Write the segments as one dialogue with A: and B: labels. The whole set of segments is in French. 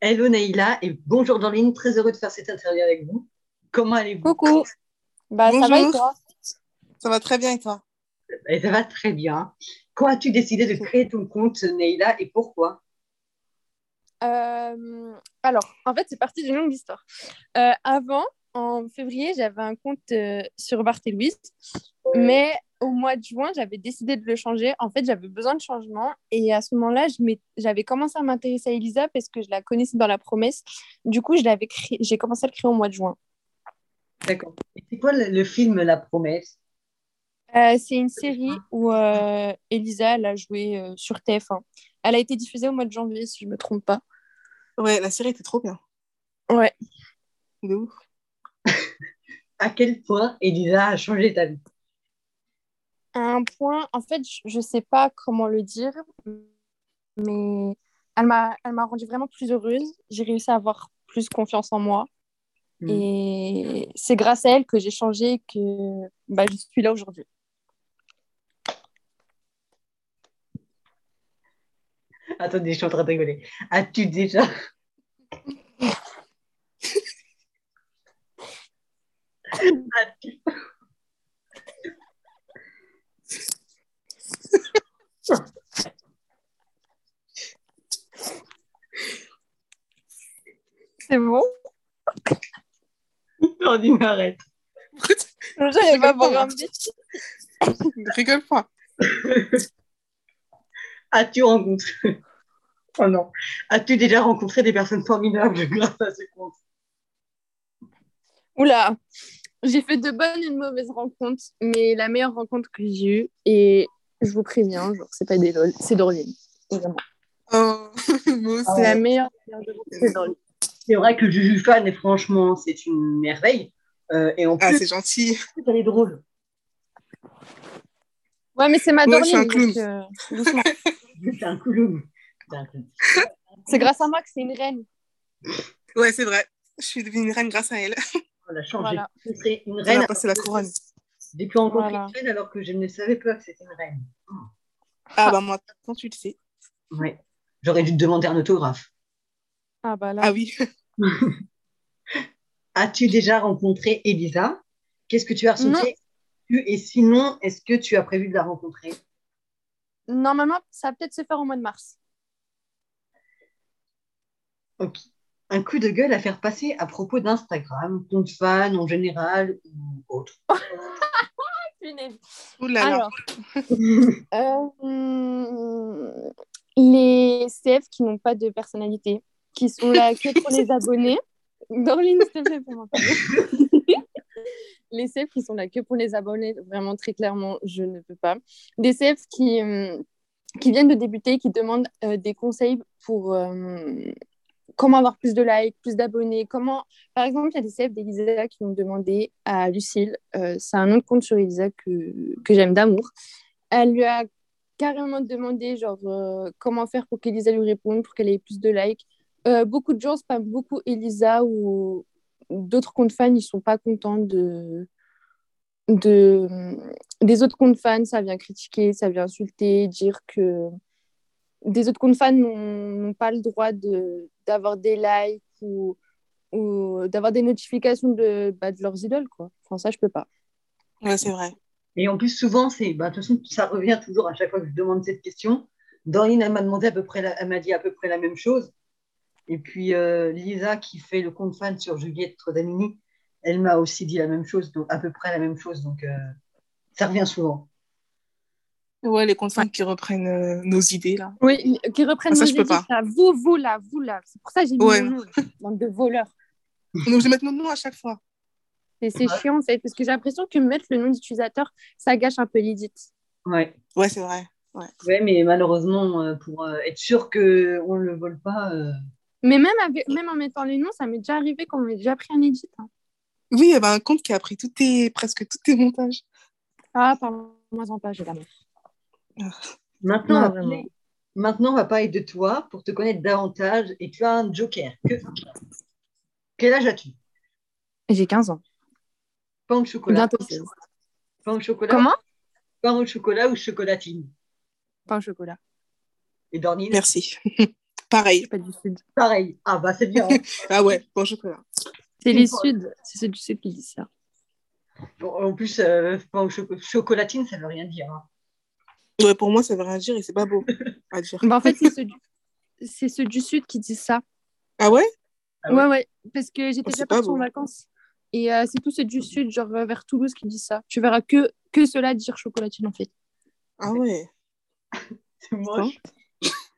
A: Hello Naïla et bonjour Dorline, très heureux de faire cette interview avec vous. Comment allez-vous
B: Coucou. Bah, ça va et toi
C: Ça va très bien et toi
A: Et Eh, Ça va très bien. Quand as-tu décidé de créer ton compte Naïla et pourquoi
B: Euh, alors, en fait, c'est parti d'une longue histoire. Euh, avant, en février, j'avais un compte euh, sur Bart et Louise, mais au mois de juin, j'avais décidé de le changer. En fait, j'avais besoin de changement et à ce moment-là, je m'ét- j'avais commencé à m'intéresser à Elisa parce que je la connaissais dans la promesse. Du coup, je l'avais créé- j'ai commencé à le créer au mois de juin.
A: D'accord. Et C'est quoi le, le film La Promesse
B: Euh, c'est une série où euh, Elisa, elle a joué euh, sur TF1. Elle a été diffusée au mois de janvier, si je ne me trompe pas.
C: Ouais, la série était trop bien.
B: Ouais.
C: De ouf.
A: À quel point Elisa a changé ta vie
B: à un point, en fait, je- je sais pas comment le dire, mais elle m'a, elle m'a rendue vraiment plus heureuse. J'ai réussi à avoir plus confiance en moi.
C: Mm.
A: Mhm.
B: Et c'est grâce à elle que j'ai changé et que bah, je suis là aujourd'hui.
A: Attendez, je suis en train de rigoler. As-tu déjà As-tu-
B: C'est bon
A: Non, dis, m'arrête.
B: J'allais pas boire un petit.
C: Rigole pas.
A: As-tu rencontré Oh non. As-tu déjà rencontré des personnes formidables grâce à ce compte
B: Oula J'ai fait de bonnes et de mauvaises rencontres, mais la meilleure rencontre que j'ai eue, et je vous préviens, genre, c'est pas des lol, c'est Dorine. Vraiment.
C: Oh, moi aussi.
B: C'est la meilleure Ah c'est Dorine.
A: C'est vrai que Juju Fan, et franchement, c'est une merveille. Euh, et en
C: Ah,
A: plus,
C: c'est gentil.
A: elle est drôle.
B: Ouais, mais c'est ma
C: Ouais,
B: Dorine.
C: je suis un
B: donc,
C: clown.
B: euh, doucement.
A: C'est un couloum. C'est un couloum.
B: C'est grâce à moi que c'est une reine.
C: Ouais, c'est vrai. Je suis devenue une reine grâce à elle.
A: Elle a changé.
B: Voilà.
A: C'est une
C: Elle
A: reine.
C: a passé la couronne.
A: J'ai pu rencontrer
B: Voilà.
A: une reine alors que je ne savais pas que c'était une reine.
C: Ah bah maintenant tu le sais.
A: Ouais. J'aurais dû te demander un autographe.
B: Ah bah là.
C: Ah oui.
A: As-tu déjà rencontré Elisa Qu'est-ce que tu as ressenti Et sinon, est-ce que tu as prévu de la rencontrer
B: Normalement, ça va peut-être se faire au mois de mars.
A: Ok. Un coup de gueule à faire passer à propos d'Instagram, compte fan en général ou autre.
C: Ouh là là.
B: Alors, euh, les CF qui n'ont pas de personnalité, qui sont là que pour les abonnés. Dorline, s'il te plaît, pour moi. Les CF qui sont là que pour les abonnés, vraiment très clairement, je ne peux pas. Des CF qui, euh, qui viennent de débuter, qui demandent euh, des conseils pour euh, comment avoir plus de likes, plus d'abonnés, comment Par exemple, il y a des CF d'Elisa qui ont demandé à Lucille, euh, c'est un autre compte sur Elisa que, que j'aime d'amour. Elle lui a carrément demandé genre, euh, comment faire pour qu'Elisa lui réponde, pour qu'elle ait plus de likes. Euh, beaucoup de gens spamment beaucoup Elisa ou d'autres comptes fans, ils ne sont pas contents de, de, des autres comptes fans. Ça vient critiquer, ça vient insulter, dire que des autres comptes fans n'ont n'ont pas le droit de- d'avoir des likes ou ou d'avoir des notifications de, bah, de leurs idoles, quoi. Enfin, ça, je peux pas.
C: Ouais, c'est vrai.
A: Et en plus, souvent, c'est. bah, de toute façon, ça revient toujours à chaque fois que je demande cette question. Dorine, elle m'a demandé à peu près la- elle m'a dit à peu près la même chose. Et puis, euh, Lisa, qui fait le compte fan sur Juliette Trodamini, elle m'a aussi dit la même chose, donc à peu près la même chose. Donc, euh, ça revient souvent.
C: Ouais, les comptes fans qui reprennent euh, nos idées là.
B: Oui, qui reprennent
C: Ah, ça,
B: mes
C: je peux
B: idées,
C: pas.
B: ça. Vous, vous, là, vous, là. C'est pour ça que j'ai mis
C: Ouais.
B: mon nom. Bande de voleurs.
C: On est obligé de mettre nos noms à chaque fois.
B: Et c'est chiant, en fait, parce que j'ai l'impression que mettre le nom d'utilisateur, ça gâche un peu l'édit.
A: Ouais.
C: Ouais, c'est vrai.
A: Ouais, mais malheureusement, euh, pour euh, être sûr qu'on ne le vole pas, euh,
B: Mais même, avec, même en mettant les noms, ça m'est déjà arrivé qu'on m'ait déjà pris un édit. hein.
C: Oui, eh ben, un compte qui a pris tous tes... presque tous tes montages.
B: Ah, parle-moi en pas, j'ai la main.
A: maintenant,
B: Non,
A: après,
B: vraiment.
A: maintenant, on va parler de toi pour te connaître davantage. Et tu as un joker. Que- Quel âge as-tu
B: J'ai 15 ans.
A: Pain au chocolat.
B: Bientôt 16.
A: Pain au chocolat.
B: Comment
A: Pain au chocolat ou chocolatine
B: Pain au chocolat.
A: Et Dornine
C: Merci. Pareil.
B: Pas du sud.
A: Pareil. Ah bah c'est bien. hein.
C: Ah ouais, bon chocolat.
B: C'est
A: Une
B: les
A: fois.
B: Suds. C'est ceux du Sud qui disent ça.
A: Bon, en plus, euh, bon, cho- chocolatine, ça veut rien dire. hein.
C: Ouais, pour moi, ça veut rien dire et c'est pas beau à dire.
B: Bah, en fait, c'est ceux du... c'est ceux du Sud qui disent ça.
C: Ah ouais
A: Ah
B: ouais, ouais. Parce que j'étais
C: Oh,
B: déjà
C: c'est pas
B: partie en
C: beau.
B: vacances. Et euh, c'est tous ceux du Sud, genre euh, vers Toulouse, qui disent ça. Tu verras que, que cela dire chocolatine, en fait.
C: Ah ouais.
A: C'est moche.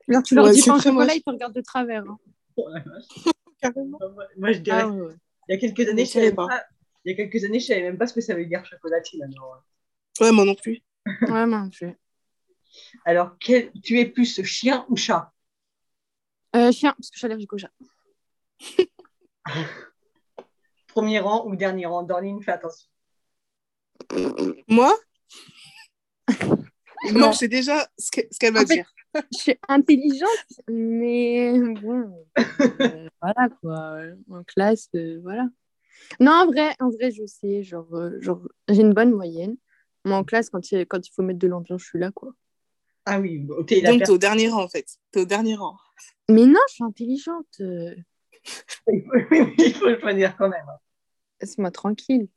B: Genre, tu leur
C: Ouais,
B: dis
C: c'est
B: pas un
C: très
B: chocolat,
C: moche.
B: ils te regardent de travers. hein.
A: Oh la vache.
C: Carrément.
A: Moi, Moi, je dirais.
B: Ah, ouais, ouais.
A: Il y a quelques
C: Mais
A: années, je
C: je
A: savais
C: savais pas.
A: pas. Il y a quelques années, je savais même pas ce que ça veut dire chocolatine. Alors,
C: Ouais, moi non plus.
B: Ouais, moi non plus.
A: alors quel- tu es plus chien ou chat
B: Euh, chien, parce que je suis allergique au chat.
A: Premier rang ou dernier rang Dorline, fais attention.
C: Moi
B: Non.
C: Non, je sais déjà ce que- ce qu'elle va
B: En fait-
C: dire.
B: Je suis intelligente, mais bon. euh, voilà, quoi. En classe, euh, voilà. Non, en vrai, en vrai je sais. Genre, euh, genre, j'ai une bonne moyenne. Mais en classe, quand il, quand il faut mettre de l'ambiance, je suis là, quoi.
A: Ah oui, bon, t'es la
C: Donc, t'es
A: personne.
C: au dernier rang en fait. T'es au dernier rang.
B: Mais non, je suis intelligente. euh,
A: Il faut- il faut le choisir quand même. hein.
B: Laisse-moi tranquille.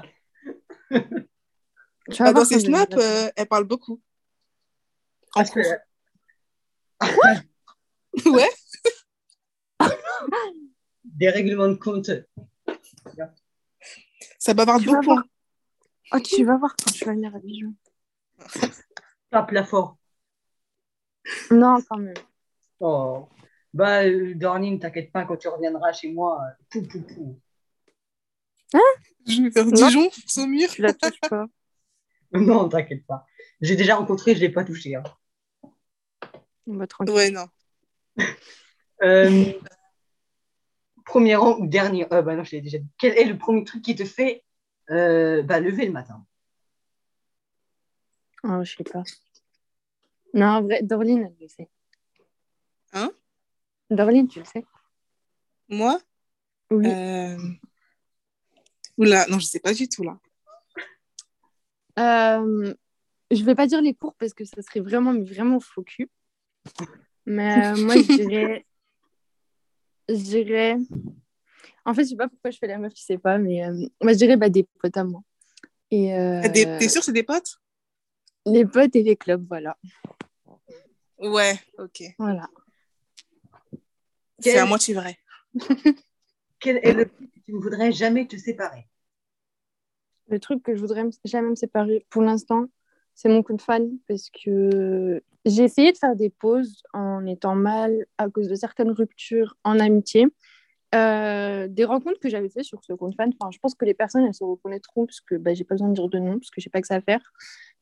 B: tu
C: Bah,
B: vas
C: dans
B: voir quand je
C: ses
B: vais
C: snaps,
B: dire Ah, ça.
C: euh, elle parle beaucoup. En
A: Parce que-
C: cours. Ouais,
A: des règlements de compte.
C: ça bavarde
B: Tu vas
C: beaucoup.
B: voir. Oh, tu vas voir quand tu vas venir à Dijon.
A: Pas plafort.
B: Non, quand même.
A: Oh. Bah, euh, Dorline, t'inquiète pas, quand tu reviendras chez moi, euh, pou, pou, pou.
C: Je vais faire
B: Non.
C: Dijon, Saumur.
B: Tu la touches pas.
A: Non, t'inquiète pas. J'ai déjà rencontré, je l'ai pas touché. hein.
B: On va tranquille.
C: Ouais, non.
A: Euh, premier rang ou dernier euh, bah non, je l'ai déjà dit. Quel est le premier truc qui te fait euh, bah, lever le matin
B: Ah, je sais pas. Non, en vrai, Dorline, elle le sait.
C: Hein
B: Dorline, tu le sais.
C: Moi
B: Oui.
C: euh... Oula, non, je sais pas du tout là.
B: Euh, je vais pas dire les cours parce que ça serait vraiment, mais vraiment faux cul. Mais euh, moi, je dirais. Je dirais. En fait, je sais pas pourquoi je fais la meuf qui sait pas, mais euh, moi, je dirais bah, des potes à moi. Et, euh,
C: Ah, des- T'es sûre, c'est des potes
B: Les potes et les clubs, voilà.
C: Ouais, ok.
B: voilà.
C: C'est
A: Quel-
C: à moitié vrai.
A: Quel est le truc que tu ne voudrais jamais te séparer
B: Le truc que je voudrais me- jamais me séparer pour l'instant, c'est mon coup de fan parce que j'ai essayé de faire des pauses en étant mal à cause de certaines ruptures en amitié. Euh, des rencontres que j'avais fait sur ce compte fan, enfin, je pense que les personnes elles se reconnaîtront parce que bah, j'ai pas besoin de dire de nom parce que j'ai pas que ça à faire.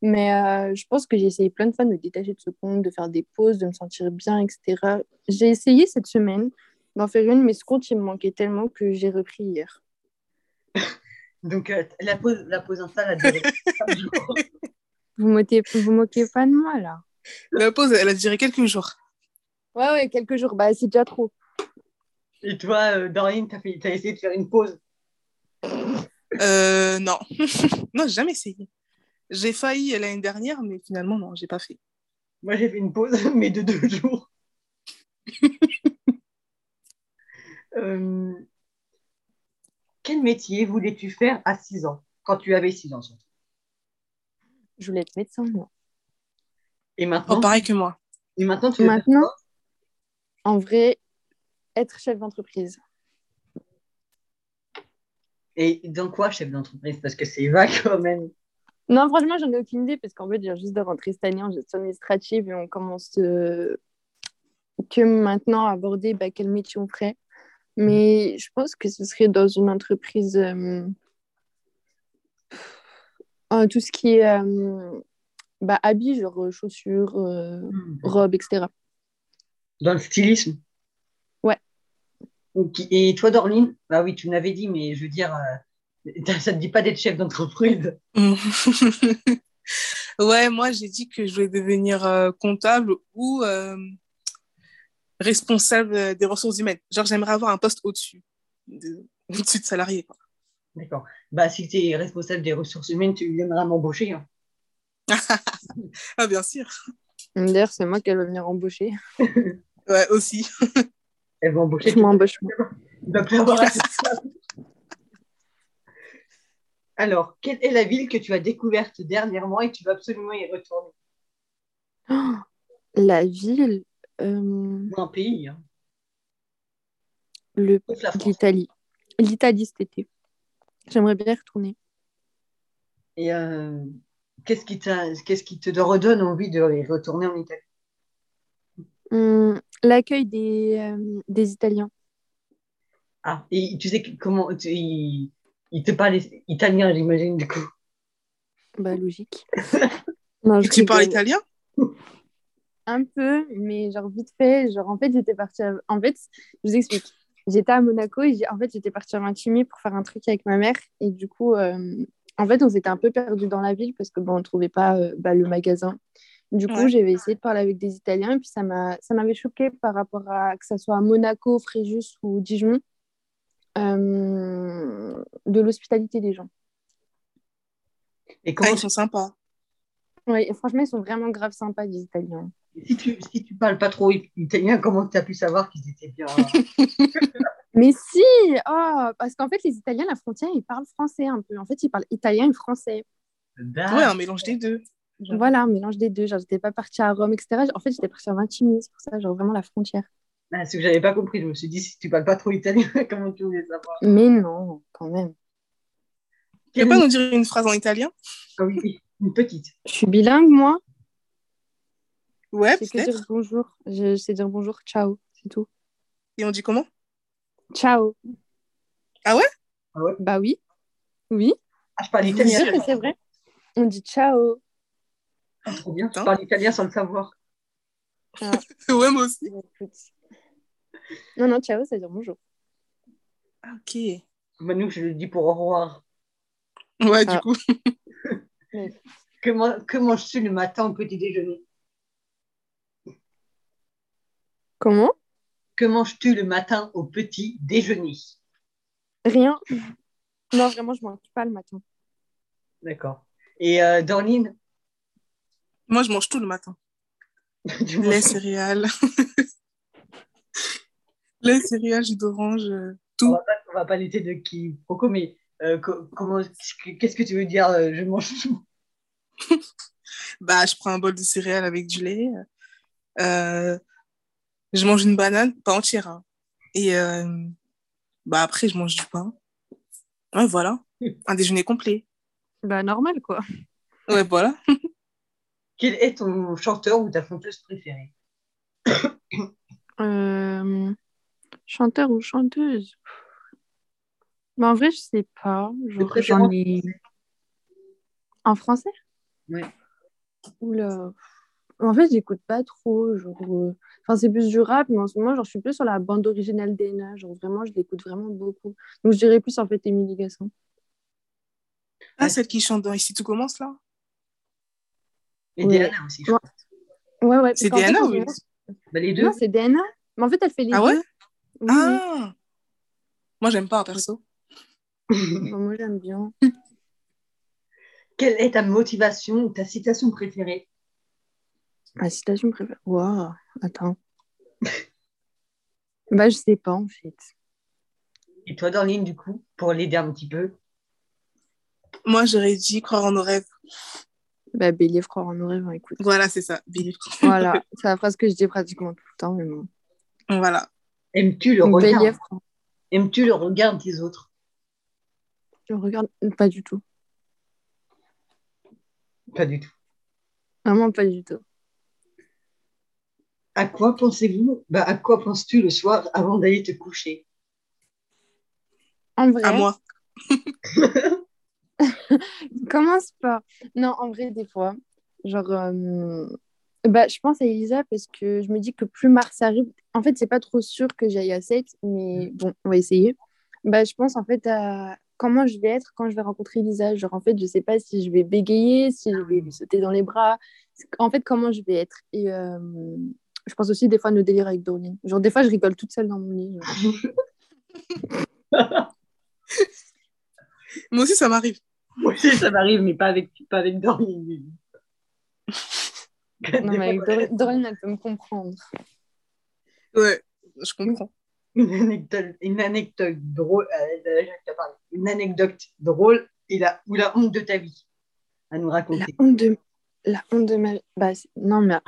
B: Mais euh, je pense que j'ai essayé plein de fois de me détacher de ce compte, de faire des pauses, de me sentir bien, etc. J'ai essayé cette semaine d'en faire une, mais ce compte il me manquait tellement que j'ai repris hier.
A: Donc, euh, la pause, la pause Insta, elle a duré cinq jours.
B: Vous moquez, vous moquez pas de moi là.
C: La pause, elle a duré quelques jours.
B: Ouais, ouais, quelques jours. Bah, c'est déjà trop.
A: Et toi, euh, Dorine, t'as, fait- t'as essayé de faire une pause
C: Euh, non. non, j'ai jamais essayé. J'ai failli l'année dernière, mais finalement, non, j'ai pas fait.
A: Moi, j'ai fait une pause, mais de deux jours. Euh, quel métier voulais-tu faire à 6 ans Quand tu avais 6 ans, surtout.
B: Je voulais être médecin, moi.
A: Et
C: Oh,
A: maintenant,
C: pareil que moi.
A: et maintenant tu veux faire
B: Maintenant, en vrai, être chef d'entreprise.
A: Et dans quoi chef d'entreprise Parce que c'est vague quand même.
B: Non, franchement, j'en ai aucune idée parce qu'en fait, j'ai juste de rentrer cette année en gestion administrative et on commence euh, que maintenant à aborder bah, quel métier on ferait. Mais je pense que ce serait dans une entreprise. euh, euh, tout ce qui est euh, bah, habits, genre euh, chaussures, euh, robes, etc.
A: Dans le stylisme
B: Ouais.
A: Ok. Et toi, Dorline Bah oui, tu me l'avais dit, mais je veux dire, euh, t'as- ça ne te dit pas d'être chef d'entreprise.
B: Mm.
C: ouais, moi, j'ai dit que je voulais devenir euh, comptable ou euh, responsable euh, des ressources humaines. Genre, j'aimerais avoir un poste au-dessus de, au-dessus de salarié. quoi.
A: D'accord. Bah si tu es responsable des ressources humaines, tu viendras m'embaucher. hein.
C: Ah, bien sûr.
B: D'ailleurs, c'est moi qu'elle va venir embaucher.
C: Ouais, aussi.
A: Elles vont embaucher.
B: Je m'embauche. moi.
A: D'après avoir Alors, quelle est la ville que tu as découverte dernièrement et tu vas absolument y retourner
B: La ville, euh,
A: Ou un pays, hein.
B: le-
A: Sauf la France.
B: l'Italie. L'Italie cet été. J'aimerais bien y retourner.
A: Et euh, qu'est-ce qui, t'a- qu'est-ce qui te redonne envie de retourner en Italie
B: Hum, L'accueil des, euh, des Italiens.
A: Ah, et tu sais que- comment tu- il, il te parle italien, j'imagine, du coup.
B: Bah, logique. non, je
C: tu parles
B: rigole.
C: italien Ah,
B: Un peu, mais genre vite fait. Genre, en fait, j'étais partie. à- En fait, je vous explique. J'étais à Monaco et j'ai- en fait, j'étais partie à Vintimille pour faire un truc avec ma mère. Et du coup, euh, en fait, on s'était un peu perdus dans la ville parce que bon, on ne trouvait pas euh, bah, le magasin. Du coup,
C: Ouais.
B: j'avais essayé de parler avec des Italiens et puis ça m'a- ça m'avait choqué par rapport à que ça soit à Monaco, Fréjus ou Dijon, euh, de l'hospitalité des gens.
A: Et
C: Ah,
A: comment
C: Ils sont sympas.
B: Oui, franchement, ils sont vraiment grave sympas, les Italiens.
A: tu- si, tu, si tu parles pas trop i- italien, comment tu as pu savoir qu'ils étaient bien
B: Mais si oh, Parce qu'en fait, les Italiens, la frontière, ils parlent français un peu. En fait, ils parlent italien et français. Ah.
C: Ouais,
A: dingues
C: un mélange des deux. J'avoue.
B: Voilà, un mélange des deux. Genre, j'étais pas partie à Rome, etc. En fait, j'étais partie à Vintimille, c'est pour ça, genre vraiment la frontière.
A: Ah, Ce que j'avais pas compris, je me suis dit, si tu parles pas trop italien, comment tu voulais savoir
B: Mais non, quand même.
C: Tu peux pas nous dire une phrase en italien
A: Ah oui, oui, une petite.
B: Je suis bilingue, moi.
C: Ouais,
B: Je sais que
C: peut-être.
B: dire bonjour. Je je sais dire bonjour, ciao, c'est tout.
C: Et on dit comment
B: Ciao.
C: Ah ouais
A: Ah ouais
B: Bah oui. Oui.
A: Ah, je parle
C: Vous
B: Je te
A: italien,
B: jure que bah, c'est vrai. On dit ciao.
A: trop bien. Je parle italien sans le savoir.
C: Ouais, moi aussi.
B: Écoute. Non, non, ciao, ça veut dire bonjour.
C: Ah, ok. Ouais,
A: Manu, Bah, je le dis pour au revoir.
C: du
B: Ah.
C: coup.
A: Que, man- que manges-tu le matin au petit déjeuner
B: Comment
A: Que manges-tu le matin au petit déjeuner
B: Rien. Non, vraiment, je mange pas le matin.
A: D'accord. Et euh, Dorline,
C: Moi, je mange tout le matin.
A: tu manges-
C: Les céréales. Les céréales, jus d'orange. euh,
A: on
C: Tout.
A: va pas, on va pas lutter de qui Pourquoi mais euh, co- comment qu'est-ce que tu veux dire euh, Je mange tout.
C: Bah, je prends un bol de céréales avec du lait. Euh, je mange une banane, pas entière. hein. Et euh, bah, après, je mange du pain. Ouais, voilà. Un déjeuner complet.
B: Bah, normal, quoi.
C: Ouais, voilà.
A: Quel est ton chanteur ou ta chanteuse préférée
B: Euh, Chanteur ou chanteuse Pff. Bah, en vrai, je sais pas. Genre,
A: préférence
B: j'en ai... En français
A: Ouais.
B: Oula. En fait, j'écoute pas trop. Genre... euh, Enfin, c'est plus du rap, mais en ce moment, genre, je suis plus sur la bande originale d'Ena. Genre, vraiment, je l'écoute vraiment beaucoup. Donc, je dirais plus, en fait, Émilie Gasson.
C: Ah, celle qui chante dans Ici tout commence là
A: Et
B: Oui.
A: Diana aussi. je
B: Ouais.
A: crois.
B: Ouais, ouais. parce
C: C'est
B: qu'en fait,
C: Diana
B: en
C: ou
B: ce moment-
A: Bah, les deux.
B: Non, c'est Diana. Mais en fait, elle fait les
C: Ah ouais
B: deux. Oui, oui.
C: Ah Moi, j'aime pas, perso.
B: Bon, moi, j'aime bien.
A: Quelle est ta motivation ou ta citation préférée
B: Ma citation préférée. Waouh, attends. bah, je sais pas en fait.
A: Et toi Dorline du coup pour l'aider un petit peu.
C: Moi, j'aurais dit croire en nos rêves.
B: Bah, bélier, croire en nos rêves, hein, écoute.
C: Voilà, c'est ça. Believe.
B: Voilà, c'est la phrase que je dis pratiquement tout le temps. Mais bon.
C: Voilà.
A: Aimes-tu le
B: Donc,
A: regard
B: bélier, croire-
A: Aimes-tu le regard des autres
B: Je regarde pas du tout.
A: Pas du tout.
B: Vraiment pas du tout.
A: À quoi pensez-vous Bah à quoi penses-tu le soir avant d'aller te coucher
B: En vrai,
C: À moi.
B: commence pas. Non, en vrai, des fois, genre, euh, bah, je pense à Elisa parce que je me dis que plus mars arrive, en fait, c'est pas trop sûr que j'aille à 7, mais bon, on va essayer. Bah, je pense en fait à comment je vais être quand je vais rencontrer Elisa. Genre, en fait, je sais pas si je vais bégayer, si je vais lui sauter dans les bras. C'est- En fait, comment je vais être. Et euh, je pense aussi des fois à nos délires avec Dorine. Genre, des fois, je rigole toute seule dans mon lit. genre.
C: Moi aussi, ça m'arrive.
A: Moi aussi, ça m'arrive, mais pas avec, pas avec Dorine.
B: Non, mais avec Dorine, Dorine, elle peut me comprendre.
C: Ouais, je comprends.
A: Une anecdote, une anecdote drôle, euh, euh, Jacques t'a parlé. une anecdote drôle et la, ou la honte de ta vie à nous
B: La
A: raconter.
B: honte de, la honte de ma vie. Bah, c'est- non, mais.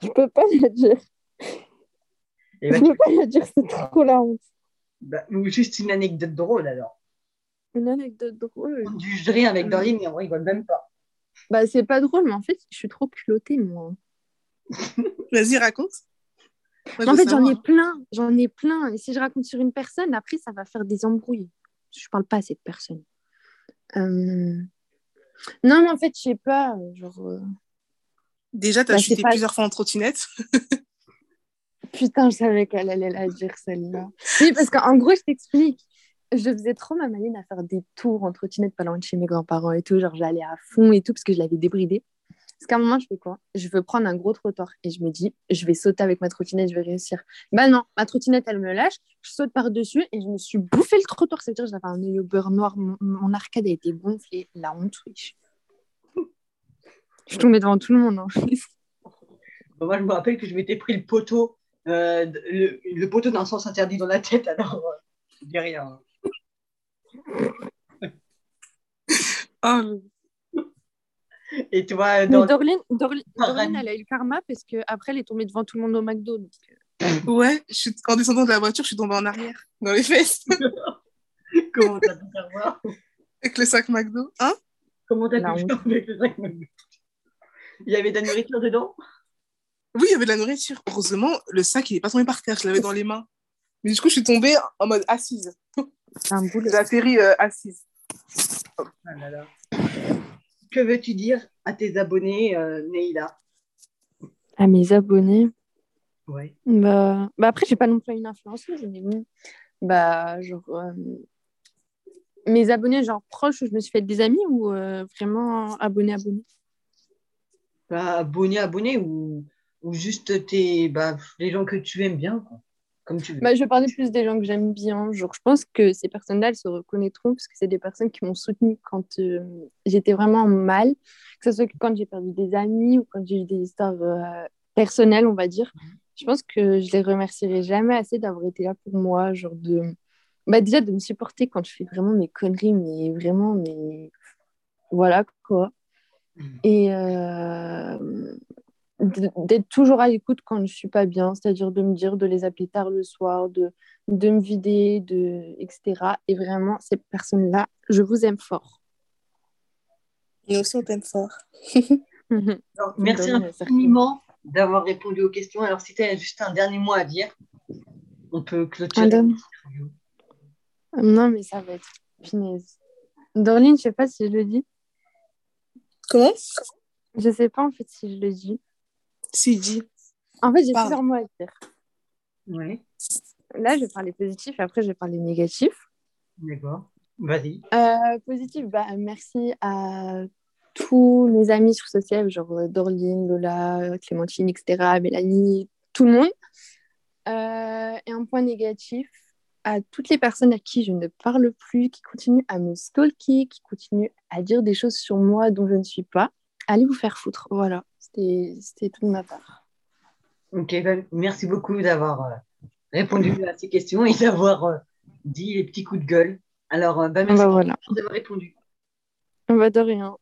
B: je peux pas la dire.
A: Et
B: Je
A: bah,
B: peux pas la dire, c'est trop la honte.
A: bah, ou juste une anecdote drôle alors.
B: Une anecdote drôle.
A: Du jury avec Dorine et on rigole même pas.
B: Bah, c'est pas drôle, mais en fait, je suis trop culottée, moi.
C: Vas-y, raconte. bah, Moi, je
B: en
C: veux
B: fait, j'en ai
C: savoir.
B: plein. J'en ai plein. Et si je raconte sur une personne, après, ça va faire des embrouilles. Je parle pas à cette personne. Euh, Non, mais en fait, je sais pas. Genre, euh,
C: Déjà, t'as
B: Bah,
C: chuté
B: c'est pas-
C: plusieurs fois en trottinette.
B: Putain, je savais qu'elle allait la dire, celle-là. Oui, parce qu'en gros, je t'explique. Je faisais trop ma maline à faire des tours en trottinette pas loin de chez mes grands-parents et tout. Genre, j'allais à fond et tout parce que je l'avais débridée. Parce qu'à un moment, je fais quoi Je veux prendre un gros trottoir et je me dis, je vais sauter avec ma trottinette, je vais réussir. Bah non, ma trottinette, elle me lâche, je saute par-dessus et je me suis bouffé le trottoir. Ça veut dire que j'avais un œil au beurre noir, mon, mon arcade a été gonflée, la honte, wesh. Je suis tombée devant tout le monde. hein.
A: Bon, moi, je me rappelle que je m'étais pris le poteau, euh, d- le, le poteau d'un sens interdit dans la tête, alors euh, je dis rien. hein.
C: Oh,
A: Et toi,
B: Mais
A: dans...
B: Dorline, Dorline-
A: Par
B: Dorline,
A: Rennes.
B: elle a eu le karma parce qu'après, elle est tombée devant tout le monde au McDo. donc, euh,
C: ouais, je suis... en descendant de la voiture, je suis tombée en arrière, dans les fesses,
A: comment t'as pu faire voir
C: avec le sac McDo. Hein
A: Comment t'as
B: La
A: pu faire avec le sac McDo Il y avait de la nourriture dedans
C: Oui, il y avait de la nourriture. Heureusement, le sac, il est pas tombé par terre, je l'avais dans les mains. Mais du coup, je suis tombée en mode assise.
B: C'est un boulot.
C: J'ai atterri euh, assise.
A: Ah là là. Que veux-tu dire à tes abonnés, euh, Neila
B: À mes abonnés.
A: ouais.
B: Bah, bah après, j'ai pas non plus une influenceuse, mais bon. Bah, genre. euh, Mes abonnés, genre proches où je me suis fait des amis ou euh, vraiment abonnés, abonnés
A: Bah, abonné, abonné ou, ou juste tes, bah, les gens que tu aimes bien, quoi. comme tu veux.
B: bah, Je parlais plus des gens que j'aime bien. Genre, je pense que ces personnes-là, elles se reconnaîtront parce que c'est des personnes qui m'ont soutenue quand euh, j'étais vraiment mal. Que ce soit que quand j'ai perdu des amis ou quand j'ai eu des histoires euh, personnelles, on va dire. Je pense que je les remercierai jamais assez d'avoir été là pour moi. Genre, de. Bah, déjà, de me supporter quand je fais vraiment mes conneries, mais vraiment, mais. Voilà quoi.
A: Mhm.
B: Et. euh, d- d'être toujours à l'écoute quand je suis pas bien, c'est-à-dire de me dire de les appeler tard le soir, de, de me vider, de, etc. Et vraiment, ces personnes-là, je vous aime fort.
C: Nous aussi, on t'aime fort.
B: Mhm.
A: Alors, merci
B: Dorine, elle
A: infiniment d'avoir répondu aux questions. Alors, si tu as juste un dernier mot à dire, on peut clôturer.
B: Madame. Non, mais ça va être punaise. Dorline, je sais pas si je le dis.
C: Comment
B: Je sais pas en fait si je le dis.
C: Si, dis.
B: En fait, j'ai
C: Parle.
B: plusieurs mots à dire.
A: Oui,
B: Là, je vais parler positif, après, je vais parler négatif.
A: d'accord. Vas-y.
B: Euh, positif, bah, merci à tous mes amis sur ce siège, genre euh, Dorline, Lola, Clémentine, etc., Mélanie, tout le monde. Euh, et un point négatif, à toutes les personnes à qui je ne parle plus, qui continuent à me stalker, qui continuent à dire des choses sur moi dont je ne suis pas, allez vous faire foutre. Voilà, c'était c'était tout de ma part.
A: Ok, ben, merci beaucoup d'avoir euh, répondu à ces questions et d'avoir euh, dit les petits coups de gueule. Alors, euh, ben, merci
B: Bah, voilà,
A: d'avoir répondu.
B: on va Bah, de rien.